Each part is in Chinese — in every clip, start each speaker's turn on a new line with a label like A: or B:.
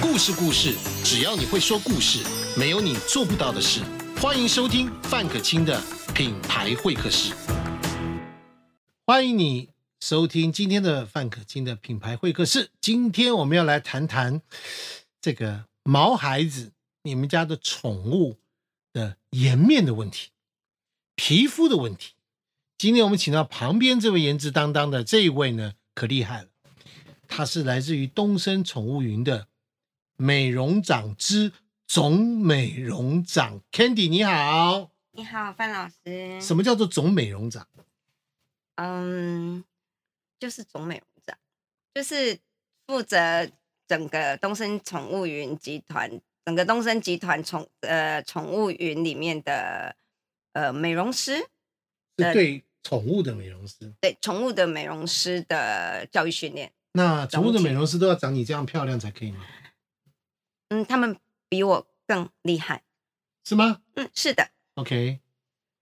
A: 故事故事，只要你会说故事，没有你做不到的事。欢迎收听范可清的品牌会客室。欢迎你收听今天的范可清的品牌会客室。今天我们要来谈谈这个毛孩子，你们家的宠物的颜面的问题，皮肤的问题。今天我们请到旁边这位颜值担当的这一位呢，可厉害了，他是来自于东森宠物云的美容长之总美容长 Candy，你好。
B: 你好，范老师。
A: 什么叫做总美容长？
B: 嗯，就是总美容长，就是负责整个东森宠物云集团，整个东森集团宠呃宠物云里面的呃美容师，呃
A: 是对宠物的美容师。
B: 对宠物的美容师的教育训练。
A: 那宠物的美容师都要长你这样漂亮才可以吗？
B: 嗯，他们比我更厉害。
A: 是吗
B: 嗯，是的，
A: ？OK，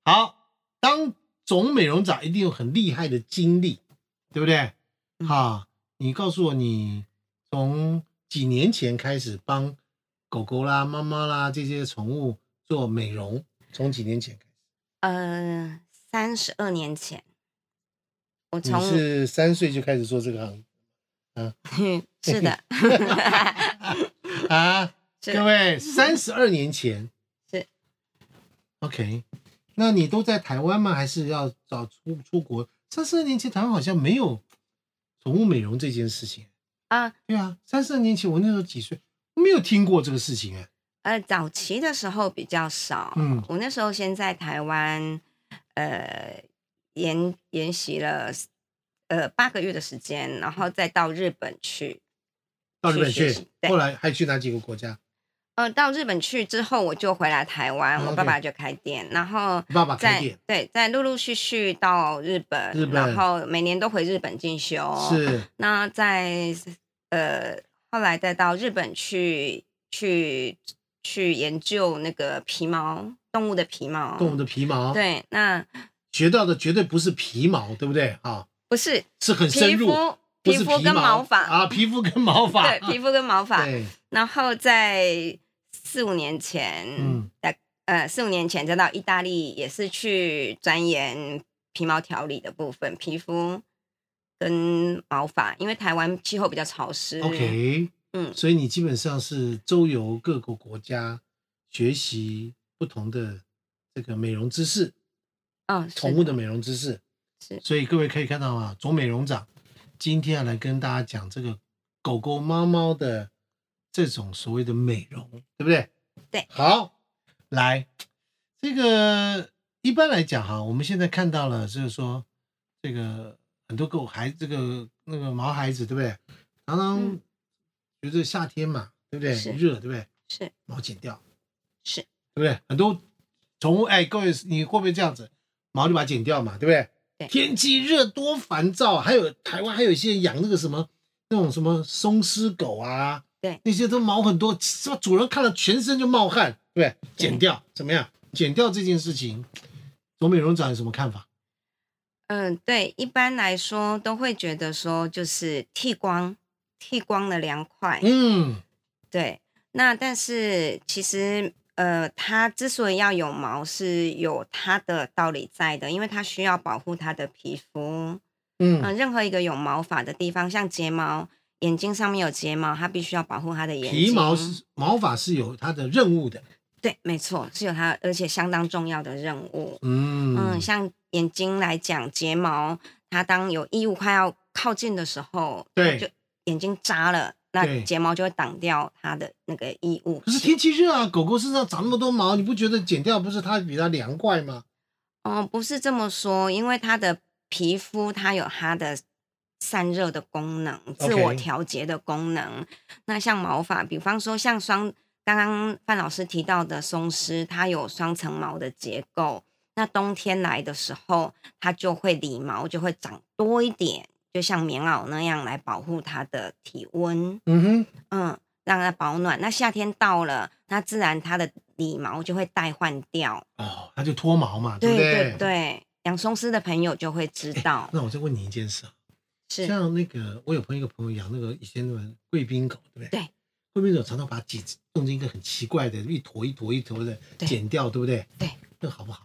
A: 好，当总美容长一定有很厉害的经历，对不对？
B: 嗯
A: 哈，你告诉我，你从几年前开始帮狗狗啦、猫猫啦这些宠物做美容，从几年前开始？
B: 呃，三十二年前，我从
A: 你是三岁就开始做这个行业
B: 是的，
A: 啊？
B: 是
A: 各位，三十二年前
B: 是
A: OK，那你都在台湾吗？还是要找出出国？三十二年前台湾好像没有宠物美容这件事情。
B: 啊。
A: 对啊，三十二年前我那时候几岁，没有听过这个事情哎。
B: 呃，早期的时候比较少，
A: 嗯
B: 我那时候先在台湾，呃，研研习了呃八个月的时间，然后再到日本去。
A: 到日本
B: 是是
A: 去
B: 是，对
A: 后来还去哪几个国家？
B: 呃，到日本去之后，我就回来台湾，
A: 啊
B: 我
A: OK
B: 爸爸就开店，然后
A: 爸爸开
B: 再
A: 店
B: 对，再陆陆续续到日本，
A: 日本
B: 然后每年都回日本进修。，
A: 是
B: 那在呃后来再到日本去去去研究那个皮毛动物的皮毛，
A: 动物的皮毛，，
B: 对，那
A: 学到的绝对不是皮毛，对不对啊？
B: 不是
A: 是很深
B: 皮
A: 入，
B: 肤，
A: 不
B: 皮
A: 是
B: 肤跟毛发，
A: 啊，皮肤跟毛发，
B: 对，皮肤跟毛发。
A: 对
B: 然后在四五年前，
A: 嗯
B: 嗯，呃，四五年前再到意大利，也是去钻研皮毛调理的部分，皮肤跟毛发，因为台湾气候比较潮湿。
A: OK，
B: 嗯
A: 所以你基本上是周游各个国家，学习不同的这个美容知识，
B: 嗯，是
A: 宠物的美容知识。
B: 是
A: 所以各位可以看到啊，总美容长今天要来跟大家讲这个狗狗、猫猫的这种所谓的美容，对不对？
B: 对。
A: 好，来，这个一般来讲哈，我们现在看到了，就是说这个很多狗孩这个那个毛孩子，对不对？常常
B: 嗯
A: 觉得夏天嘛，对不对？
B: 是
A: 热，对不对？
B: 是
A: 毛剪掉，
B: 是
A: 对不对？很多宠物，哎，各位，你会不会这样子？毛就把它剪掉嘛，对不对？
B: 对
A: 天气热多烦躁啊，还有台湾还有一些人养那个什么那种什么松狮狗啊，
B: 对
A: 那些都毛很多，是吧？主人看了全身就冒汗，对不对？剪掉怎么样？剪掉这件事情，总美容长有什么看法？
B: 嗯，对，一般来说都会觉得说，就是剃光，剃光了凉快。
A: 嗯，
B: 对，那但是其实呃，它之所以要有毛是有它的道理在的，因为它需要保护它的皮肤。嗯、
A: 嗯，
B: 任何一个有毛发的地方，像睫毛、眼睛上面有睫毛，它必须要保护它的眼睛。
A: 皮毛是毛发是有它的任务的，
B: 对，没错，是有它，而且相当重要的任务。
A: 嗯
B: 嗯，像眼睛来讲，睫毛它当有异物快要靠近的时候，它
A: 对
B: 就眼睛扎了，那
A: 对
B: 睫毛就会挡掉它的那个异物。
A: 可是天气热啊，狗狗身上长那么多毛，你不觉得剪掉不是它比它凉快吗？
B: 哦，不是这么说，因为它的皮肤它有它的散热的功能、自我
A: OK
B: 调节的功能。那像毛发，比方说像双，刚刚范老师提到的松狮，它有双层毛的结构。那冬天来的时候，它就会理毛，就会长多一点，就像棉袄那样来保护它的体温。
A: 嗯哼。
B: 嗯，让它保暖。那夏天到了，那自然它的理毛就会代换掉。
A: 哦，它就脱毛嘛，
B: 对
A: 不
B: 对对，养松狮的朋友就会知道，
A: 那我再问你一件事啊，
B: 是
A: 像那个我有朋友一个朋友养那个以前那个贵宾狗，对不对？
B: 对。
A: 会不会有常常把它剪弄成一个很奇怪的，一坨一坨一坨的
B: 对
A: 剪掉，对不对？
B: 对，
A: 这好不好？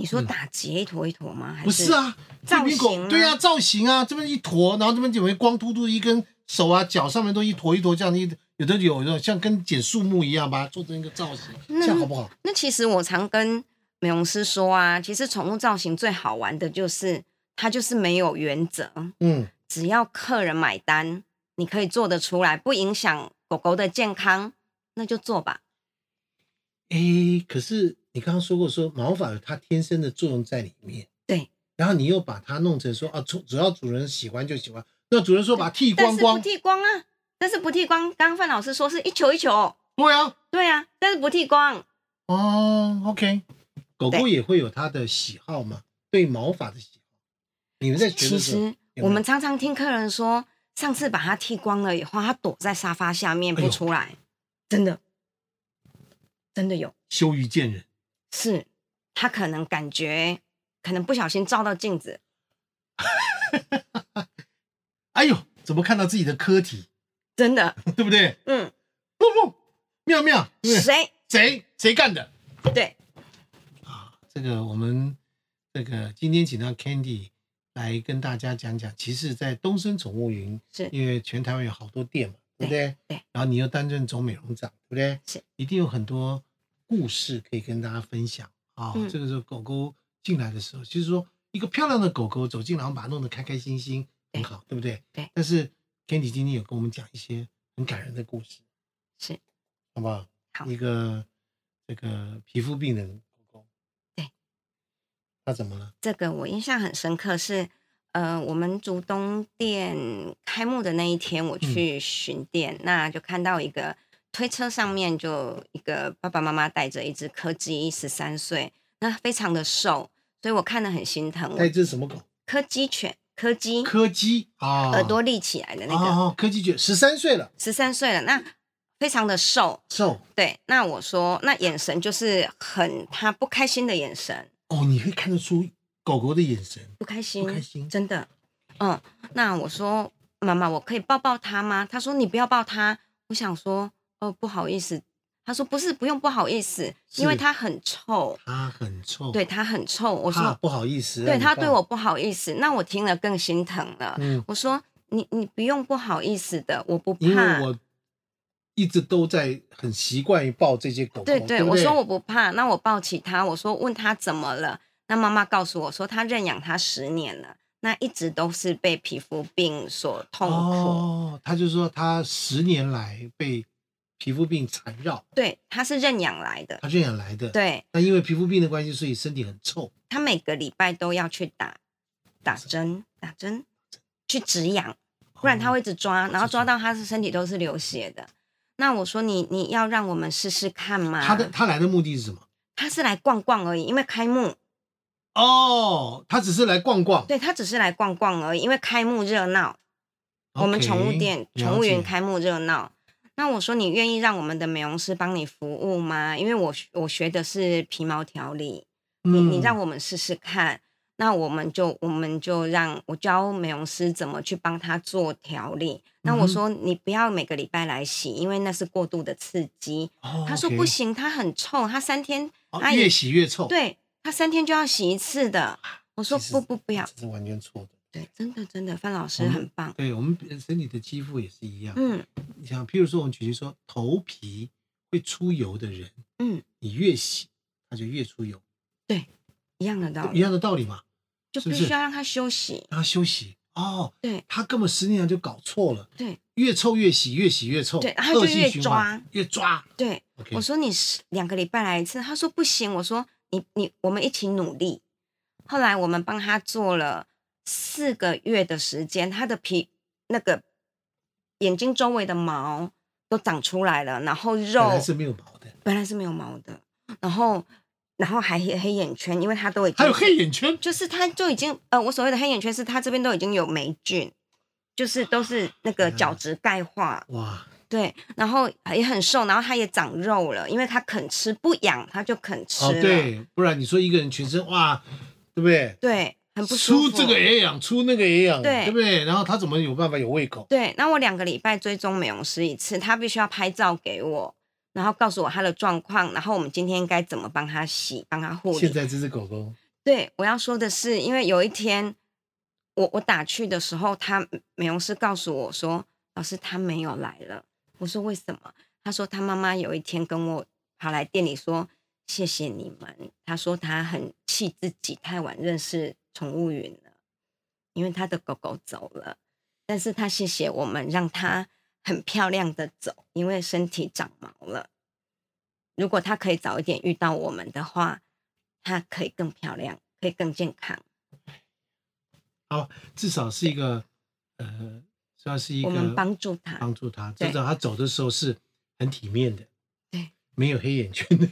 B: 你说
A: 嗯
B: 打结一坨一坨吗？还
A: 不是，啊，
B: 造
A: 贵宾狗
B: 型啊
A: 对啊，造型啊，这边一坨，然后这边有没光秃秃的一根手啊，脚上面都一坨一坨这样的一，有的有的像跟剪树木一样，把它做成一个造型，
B: 那
A: 这样好不好？
B: 那其实我常跟美容师说啊，其实宠物造型最好玩的就是它就是没有原则，
A: 嗯，
B: 只要客人买单，你可以做得出来，不影响狗狗的健康，那就做吧。
A: 诶，可是你刚刚说过说毛发有它天生的作用在里面，
B: 对，
A: 然后你又把它弄成说啊，主只要主人喜欢就喜欢，那主人说把它剃
B: 但
A: 光
B: 是不
A: 光，
B: 剃光啊，但是不剃光，刚刚范老师说是一球一球，
A: 对啊，
B: 对啊，但是不剃光，
A: 哦，OK，狗狗
B: 对
A: 也会有它的喜好嘛，对毛发的喜好。你们在学
B: 其
A: 的时候，
B: 实我们常常听客人说，上次把它剃光了以后，它躲在沙发下面
A: 哎呦
B: 不出来，真的，真的有，
A: 羞于见人，
B: 是它可能感觉，可能不小心照到镜子，
A: 哎呦，怎么看到自己的科体，
B: 真的，
A: 对不对？
B: 嗯，
A: 不不，妙妙，对不对
B: 谁？
A: 谁谁干的？
B: 对，
A: 这个我们这个今天请到 Candy 来跟大家讲讲，其实，在东森宠物云，
B: 是
A: 因为全台湾有好多店嘛，对不对？
B: 对
A: 然后你又担任总美容长，对不对？
B: 是，
A: 一定有很多故事可以跟大家分享啊、
B: 嗯
A: 这个时候狗狗进来的时候，就是说一个漂亮的狗狗走进来，我们把它弄得开开心心，很好，对不对？
B: 对
A: 但是 Candy 今天有跟我们讲一些很感人的故事，
B: 是，
A: 好不好？
B: 好
A: 一个这个皮肤病人狗狗，
B: 对，
A: 他怎么了？
B: 这个我印象很深刻是，呃，我们竹东店开幕的那一天，
A: 嗯
B: 我去巡店，那就看到一个推车上面就一个爸爸妈妈带着一只柯基，十三岁，那非常的瘦，所以我看得很心疼。
A: 哎，这是什么狗？
B: 柯基犬，柯基，
A: 柯基啊，
B: 耳朵立起来的那个，
A: 啊，柯基犬，十三岁了，
B: 十三岁了，那非常的瘦。
A: 瘦
B: 对，那我说，那眼神就是很他不开心的眼神，
A: 哦，你会看得出狗狗的眼神，
B: 不开心，
A: 不开心，
B: 真的，嗯，那我说妈妈，我可以抱抱他吗？他说你不要抱他。我想说，哦，不好意思。他说不是，不用不好意思，
A: 是
B: 因为他很臭，
A: 它很臭，
B: 对，他很臭。我
A: 怕
B: 说，
A: 不好意思，
B: 对
A: 让你
B: 他对
A: 抱
B: 我，不好意思，那我听了更心疼了。
A: 嗯，
B: 我说你你不用不好意思的，我不
A: 因
B: 怕
A: 为。我一直都在很习惯于抱这些狗狗，
B: 对
A: 对
B: 对，
A: 不
B: 我
A: 对，
B: 说我不怕。那我抱起他，我说问他怎么了？那妈妈告诉我说，他认养他十年了，那一直都是被皮肤病所痛苦。
A: 哦，他就说他十年来被皮肤病缠绕，
B: 对，他是认养来的。
A: 他这样来的，
B: 对
A: 那因为皮肤病的关系，所以身体很臭。
B: 他每个礼拜都要去打打针，打针去止痒，不然
A: 哦
B: 他会一直抓，然后抓到他是身体都是流血的。那我说你你要让我们试试看吗？
A: 他的他来的目的是什么？
B: 他是来逛逛而已，因为开幕，
A: 哦，他只是来逛逛。
B: 对他只是来逛逛而已，因为开幕热闹。我们
A: OK，
B: 宠物店、宠物
A: 了
B: 园
A: 解
B: 开幕热闹。那我说你愿意让我们的美容师帮你服务吗？因为我我学的是皮毛调理，你你让
A: 嗯
B: 我们试试看。那我们就我们就让我教美容师怎么去帮他做调理。那
A: 嗯哼
B: 我说你不要每个礼拜来洗，因为那是过度的刺激。
A: 哦
B: 他说
A: OK
B: 不行，他很臭，他三天
A: 哦
B: 他也
A: 越洗越臭。，
B: 对他三天就要洗一次的。我说
A: 其实
B: 不不不要，
A: 这是完全错的。
B: 对，真的真的，范老师
A: 嗯
B: 很棒。
A: 对我们身体的肌肤也是一样。
B: 嗯
A: 你想，譬如说我们举例说，头皮会出油的人，
B: 嗯，
A: 你越洗它就越出油，
B: 一样的道
A: 一
B: 理，
A: 样的道理嘛。
B: 就是
A: 不
B: 必
A: 是
B: 须要让他休息。
A: 让它休息。哦，
B: 对
A: 它根本实际上就搞错了，
B: 对
A: 越臭越洗，越洗越臭，
B: 对它就
A: 恶性
B: 越
A: 循环，越抓。
B: 对，
A: OK，
B: 我说你是两个礼拜来一次，他说不行。我说你你我们一起努力。后来我们帮他做了四个月的时间，他的皮那个眼睛周围的毛都长出来了，然后
A: 本
B: 肉
A: 来是没有毛的，
B: 本来是没有毛的，然后然后还黑黑眼圈，因为他都已经
A: 还有黑眼圈。
B: 就是它就已经呃，我所谓的黑眼圈是它这边都已经有霉菌，就是都是那个
A: 啊
B: 角质钙化，
A: 哇，
B: 对，然后啊也很瘦，然后它也长肉了，因为它肯吃，不痒它就肯吃
A: 哦
B: 了，
A: 对，不然你说一个人全身哇，对不对？
B: 对很不
A: 出
B: 舒服。
A: 这个也痒，出那个也痒，
B: 对
A: 对不对？然后他怎么有办法有胃口？
B: 对，那我两个礼拜追踪美容师一次，他必须要拍照给我，然后告诉我他的状况，然后我们今天应该怎么帮他洗、帮他护
A: 现
B: 理。
A: 在这只狗狗
B: 对，我要说的是，因为有一天我我打去的时候，他美容师告诉我说，老师他没有来了。我说为什么？他说他妈妈有一天跟我跑来店里说谢谢你们，他说他很气自己太晚认识宠物云了，因为他的狗狗走了，但是他谢谢我们让他很漂亮的走，因为身体长毛了。如果他可以早一点遇到我们的话，她可以更漂亮，可以更健康。
A: 至少是一个呃，算是一
B: 我
A: 个
B: 们帮助她，
A: 帮助他，
B: 对
A: 至少他走的时候是很体面的，
B: 对，
A: 没有黑眼圈的，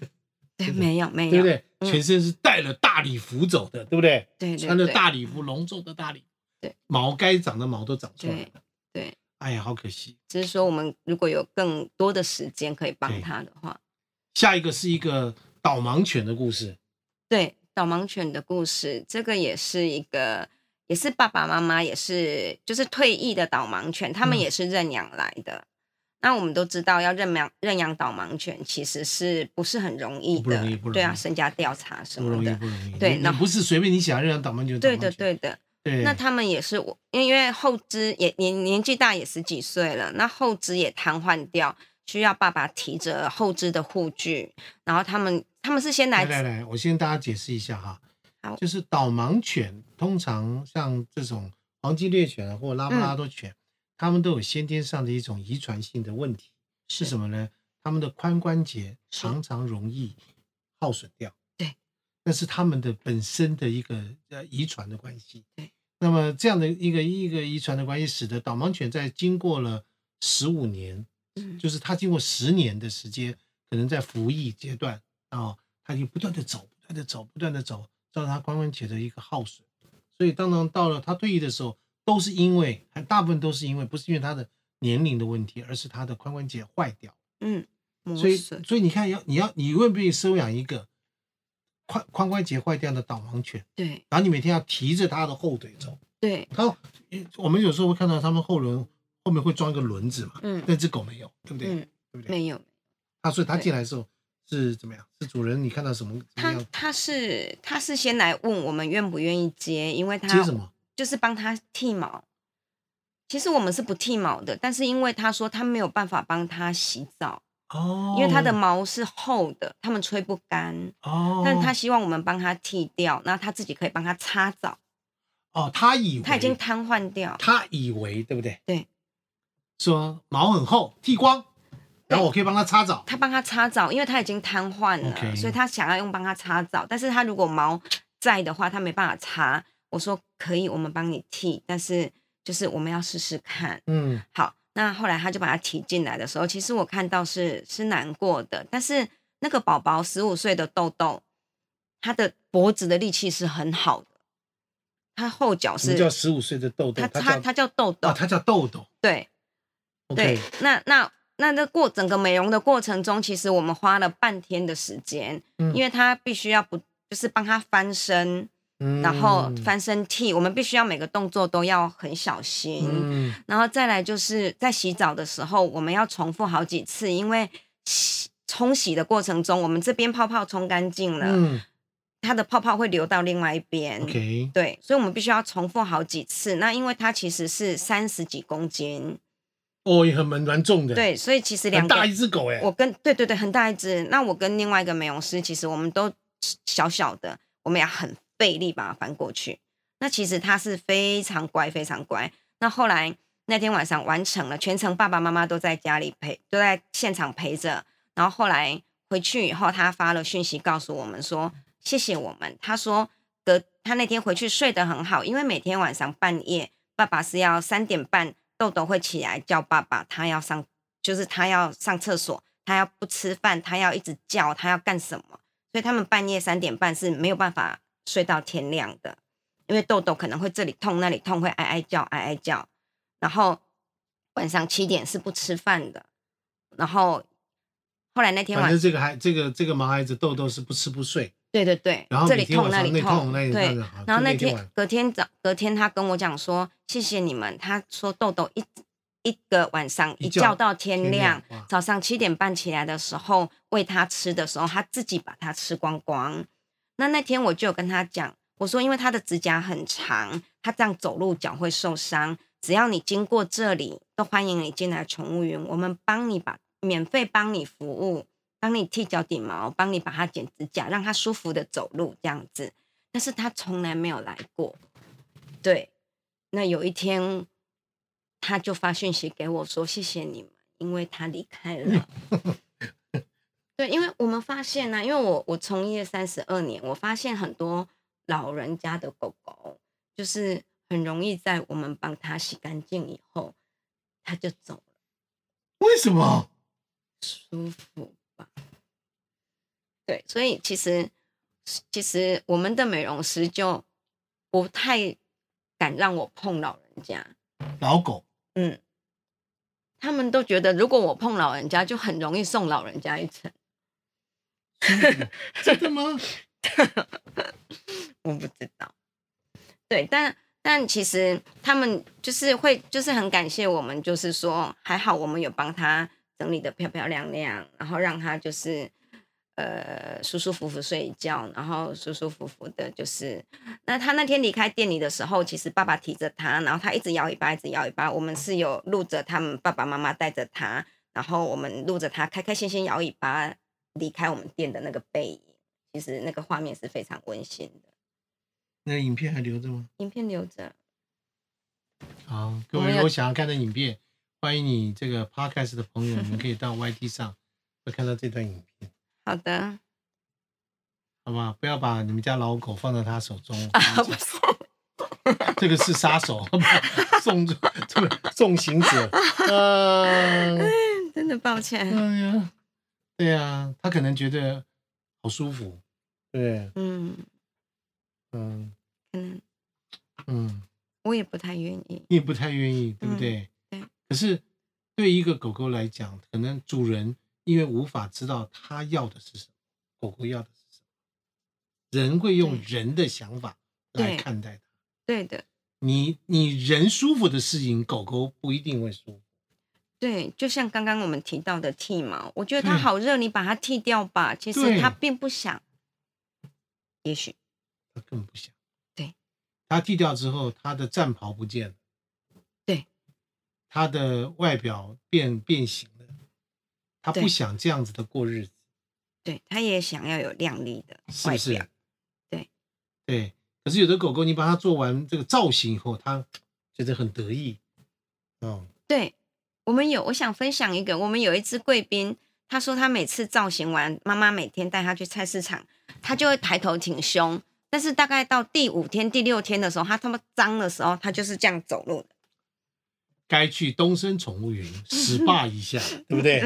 B: 对，
A: 对
B: 没有没
A: 对
B: 有，
A: 不对？
B: 嗯
A: 全身是带了大礼服走的，对不对？
B: 对对
A: 穿着
B: 对
A: 大礼服，隆重的大礼服，
B: 对，
A: 毛该长的毛都长出来了，
B: 对对。
A: 哎呀，好可惜。
B: 只是说我们如果有更多的时间可以帮她的话，
A: 下一个是一个导盲犬的故事，
B: 对导盲犬的故事，这个也是一个，也是爸爸妈妈也是就是退役的导盲犬，他们
A: 嗯
B: 也是认养来的。那我们都知道，要认养认养导盲犬其实是不是很容易
A: 不
B: 的
A: 容易不？容
B: 对啊，
A: 易
B: 身家调查什
A: 不容
B: 么
A: 易，
B: 的，
A: 不容易。
B: 对
A: 你
B: 那
A: 你不是随便你想让导盲犬，
B: 对
A: 导盲
B: 的
A: 犬
B: 对的。
A: 对。
B: 那他们也是我，因为后肢也年年纪大也十几岁了，那后肢也瘫痪掉，需要爸爸提着后肢的护具，然后他们他们是先来
A: 来来来，我先大家解释一下哈
B: 好，
A: 就是导盲犬通常像这种黄金猎犬啊或拉布
B: 嗯
A: 拉多犬，它们都有先天上的一种遗传性的问题，是什么呢？它们的髋关节
B: 是
A: 常常容易耗损掉，
B: 对，
A: 那是它们的本身的一个呃遗传的关系，
B: 对。
A: 那么这样的一个一个遗传的关系，使得导盲犬在经过了十五年，
B: 嗯
A: 就是它经过十年的时间，可能在服役阶段啊、它就不断的走，不断的走，不断的走，造成它髋关节的一个耗损。所以，当然到了它退役的时候，都是因为，还大部分都是因为不是因为它的年龄的问题，而是它的髋关节坏掉。
B: 嗯磨
A: 所以，
B: 损，
A: 所以你看，要你要你愿不愿意收养一个髋髋关节坏掉的导盲犬？
B: 对
A: 然后你每天要提着它的后腿走。
B: 对，
A: 它，我们有时候会看到它们后轮后面会装一个轮子嘛，
B: 嗯
A: 那只狗没有，对不对？
B: 嗯
A: 对不对？
B: 没有，
A: 他啊所以他
B: 对
A: 进来的时候是怎么样？是主人你看到什么怎么
B: 他
A: 样？
B: 他是他是先来问我们愿不愿意接，因为他
A: 接什么？
B: 就是帮他剃毛。其实我们是不剃毛的，但是因为他说他没有办法帮他洗澡，
A: 哦，
B: 因为他的毛是厚的，他们吹不干。
A: 哦，
B: 但他希望我们帮他剃掉，那他自己可以帮他擦澡。
A: 哦，他以为
B: 他已经瘫痪掉，
A: 他以为对不对？
B: 对，
A: 说毛很厚，剃光，然后我可以帮他擦澡。
B: 他帮他擦澡，因为他已经瘫痪了
A: OK
B: 所以他想要用帮他擦澡，但是他如果毛在的话，他没办法擦。我说可以，我们帮你剃，但是就是我们要试试看。
A: 嗯，
B: 好，那后来他就把他提进来的时候，其实我看到是是难过的，但是那个宝宝十五岁的豆豆，他的脖子的力气是很好的，他后脚
A: 什么
B: 是
A: 叫十五岁的豆豆？
B: 他他
A: 叫
B: 他叫豆豆，
A: 啊，他叫豆豆。
B: 对
A: OK，
B: 对，那那那那过整个美容的过程中，其实我们花了半天的时间，
A: 嗯
B: 因为他必须要不就是帮他翻身，
A: 嗯
B: 然后翻身剃，我们必须要每个动作都要很小心，
A: 嗯
B: 然后再来就是在洗澡的时候，我们要重复好几次，因为洗冲洗的过程中，我们这边泡泡冲干净了，
A: 嗯
B: 它的泡泡会流到另外一边。
A: ，OK，
B: 对，所以我们必须要重复好几次。那因为它其实是三十几公斤，
A: 哦，也很蛮蛮重的，，
B: 对，所以其实两
A: 很
B: 个
A: 大一只狗哎，
B: 我跟对对对，很大一只。那我跟另外一个美容师，其实我们都小小的，我们也很费力把它翻过去。那其实他是非常乖，非常乖。那后来那天晚上完成了，全程爸爸妈妈都在家里陪，都在现场陪着。然后后来回去以后，他发了讯息告诉我们说谢谢我们。他说隔他那天回去睡得很好，因为每天晚上半夜爸爸是要三点半，豆豆会起来叫爸爸，他要上，就是他要上厕所，他要不吃饭，他要一直叫，他要干什么？所以他们半夜三点半是没有办法睡到天亮的，因为豆豆可能会这里痛那里痛，会哀哀叫哀哀叫，然后晚上七点是不吃饭的，然后后来那天晚
A: 反正这个孩这个这个毛孩子豆豆是不吃不睡，
B: 对对对
A: 然后，
B: 这
A: 每
B: 里
A: 天
B: 痛
A: 晚
B: 那
A: 上
B: 里
A: 那
B: 痛，
A: 那里
B: 对
A: 痛，好
B: 然后
A: 就
B: 那
A: 天
B: 天
A: 晚
B: 隔天早隔天他跟我讲说，谢谢你们。他说豆豆一一个晚上
A: 一
B: 一
A: 觉
B: 觉到
A: 天
B: 天
A: 亮
B: 亮，
A: 哇
B: 早上七点半起来的时候喂他吃的时候，他自己把它吃光光。那那天我就有跟他讲，我说因为他的指甲很长，他这样走路脚会受伤。只要你经过这里，都欢迎你进来宠物云，我们帮你把免费帮你服务，帮你剃脚底毛，帮你把它剪指甲，让它舒服的走路这样子。但是他从来没有来过。对，那有一天他就发讯息给我说：“谢谢你们，因为他离开了。” 对，因为我们发现啊呢、因为我我从业三十二年，我发现很多老人家的狗狗，就是很容易在我们帮他洗干净以后，他就走了，
A: 为什么？
B: 舒服吧？对，所以其实其实我们的美容师就不太敢让我碰老人家，
A: 老狗
B: 嗯，他们都觉得如果我碰老人家，就很容易送老人家一程。
A: 真的吗？
B: 我不知道，对，但但其实他们就是会，就是很感谢我们，就是说还好我们有帮他整理的漂漂亮亮，然后让他就是呃舒舒服服睡一觉，然后舒舒服服的，就是那他那天离开店里的时候，其实爸爸提着他，然后他一直摇尾巴，一直摇尾巴，我们是有录着他们爸爸妈妈带着他，然后我们录着他开开心心摇尾巴离开我们店的那个背影。其实那个画面是非常温馨的。
A: 那影片还留着吗？
B: 影片留着。
A: 好，各
B: 我
A: 位
B: 们
A: 如
B: 有
A: 果想要看的影片，欢迎你这个 podcast 的朋友，你们可以到 YT 上会看到这段影片，
B: 好的，
A: 好不好？不要把你们家老狗放在他手中，
B: 啊， 不是，
A: 这个是杀手， 好不好送这个送行者。嗯、
B: 真的抱歉。
A: 哎呀，对呀、他可能觉得好舒服，对，
B: 嗯，
A: 嗯
B: 可能
A: 嗯，
B: 我也不太愿意。
A: 你也不太愿意，对不对？
B: 嗯对。
A: 可是对一个狗狗来讲，可能主人因为无法知道它要的是什么，狗狗要的是什么，人会用
B: 对
A: 人的想法来
B: 对
A: 看待它。
B: 对的，
A: 你你人舒服的事情，狗狗不一定会舒服。
B: 对，就像刚刚我们提到的剃毛，我觉得它
A: 对
B: 好热，你把它剃掉吧。其
A: 对
B: 实它并不想，也许
A: 他更不想。
B: 对，
A: 他剃掉之后，他的战袍不见了，
B: 对，
A: 他的外表变变形了，他不
B: 对
A: 想这样子的过日子，
B: 对它也想要有靓丽的
A: 是
B: 外
A: 不是
B: 表。？对，
A: 对。可是有的狗狗，你把它做完这个造型以后，它觉得很得意，嗯，
B: 对，我们有，我想分享一个，我们有一只贵宾，他说他每次造型完，妈妈每天带他去菜市场，他就会抬头挺胸，但是大概到第五天、第六天的时候，他他妈脏的时候，他就是这样走路的。
A: 该去东森宠物 云 SPA 一下，对不对？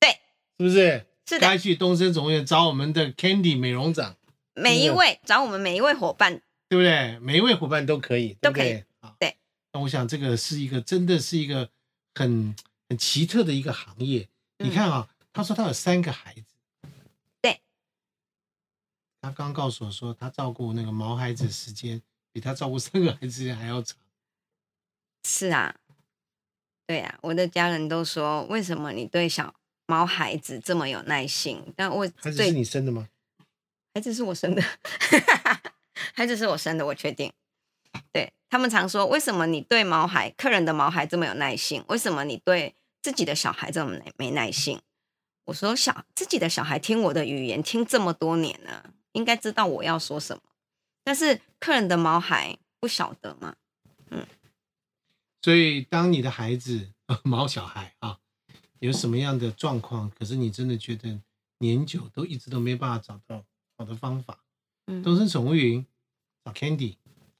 B: 对，
A: 是不是？
B: 是的，
A: 该去东森宠物园找我们的 Candy 美容长。
B: 每一位找我们每一位伙伴，
A: 对不对？每一位伙伴都可以，对不对
B: 都可以。
A: 好
B: 对，
A: 那我想这个是一个真的是一个很很奇特的一个行业。
B: 嗯
A: 你看啊，他说他有三个孩子，
B: 对，
A: 他刚告诉我说他照顾那个毛孩子的时间比他照顾三个孩子时间还要长。
B: 是啊，对啊，我的家人都说，为什么你对小毛孩子这么有耐心？但我
A: 孩子是
B: 对
A: 你生的吗？
B: 孩子是我生的， 孩子是我生的，我确定。对他们常说，为什么你对毛孩客人的毛孩这么有耐心？为什么你对自己的小孩这么没没耐心？我说小自己的小孩听我的语言听这么多年了，应该知道我要说什么。但是客人的毛孩不晓得嘛，
A: 所以，当你的孩子 毛小孩啊有什么样的状况，可是你真的觉得年久都一直都没办法找到好的方法，
B: 嗯
A: 东森宠物云找 Candy，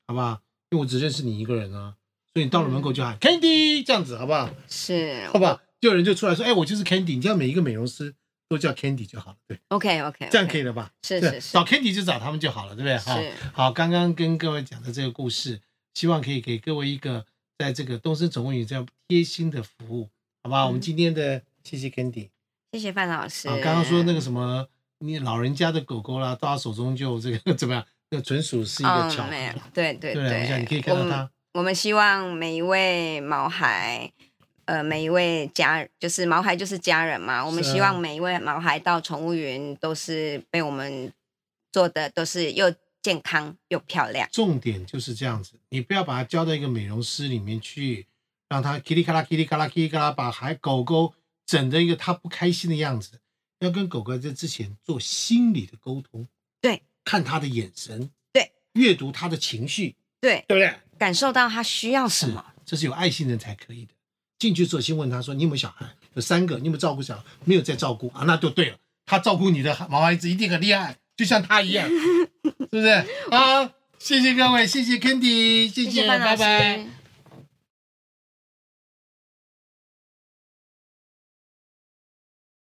A: 好不好？因为我只认识你一个人啊，所以你到了门
B: 嗯
A: 口就喊、Candy 这样子，好不好？
B: 是
A: 好不好？就有人就出来说，哎，我就是 Candy，你叫每一个美容师都叫 Candy 就好了，对，
B: OK OK，
A: 这样可以了吧？
B: 是
A: 对
B: 是是
A: 找 Candy 就找他们就好了，对不对？哈
B: 是，
A: 好，刚刚跟各位讲的这个故事，希望可以给各位一个在这个东森宠物园这样贴心的服务，好吧？我们
B: 嗯
A: 今天的谢谢 Candy，
B: 谢谢范老师。
A: 啊好，刚刚说那个什么你老人家的狗狗啦，到他手中就这个 怎么样？那纯属是一个巧合。
B: 嗯没有对对
A: 对啊，我想你可以
B: 对，
A: 看到
B: 们
A: 它，
B: 我们希望每一位毛孩，呃，每一位家，就是毛孩就是家人嘛。我们
A: 是啊
B: 希望每一位毛孩到宠物园都是被我们做的都是又健康又漂亮。
A: 重点就是这样子，你不要把它教到一个美容师里面去，让它叽里咔啦叽里咔啦叽里咔啦，把还狗狗整的一个它不开心的样子。要跟狗狗在之前做心理的沟通，
B: 对，
A: 看它的眼神，
B: 对，
A: 阅读它的情绪，
B: 对，
A: 对不对？
B: 感受到他需要什
A: 是
B: 么。，
A: 这是有爱心人才可以的。进去之后，先问他说：“你有没有小孩？有三个，你有没有照顾小孩？没有在照顾啊，那就对了。他照顾你的毛孩子一定很厉害，就像他一样，是不是？啊，谢谢各位，谢谢 Candy，谢
B: 谢谢范
A: 拜
B: 老师。
A: 拜。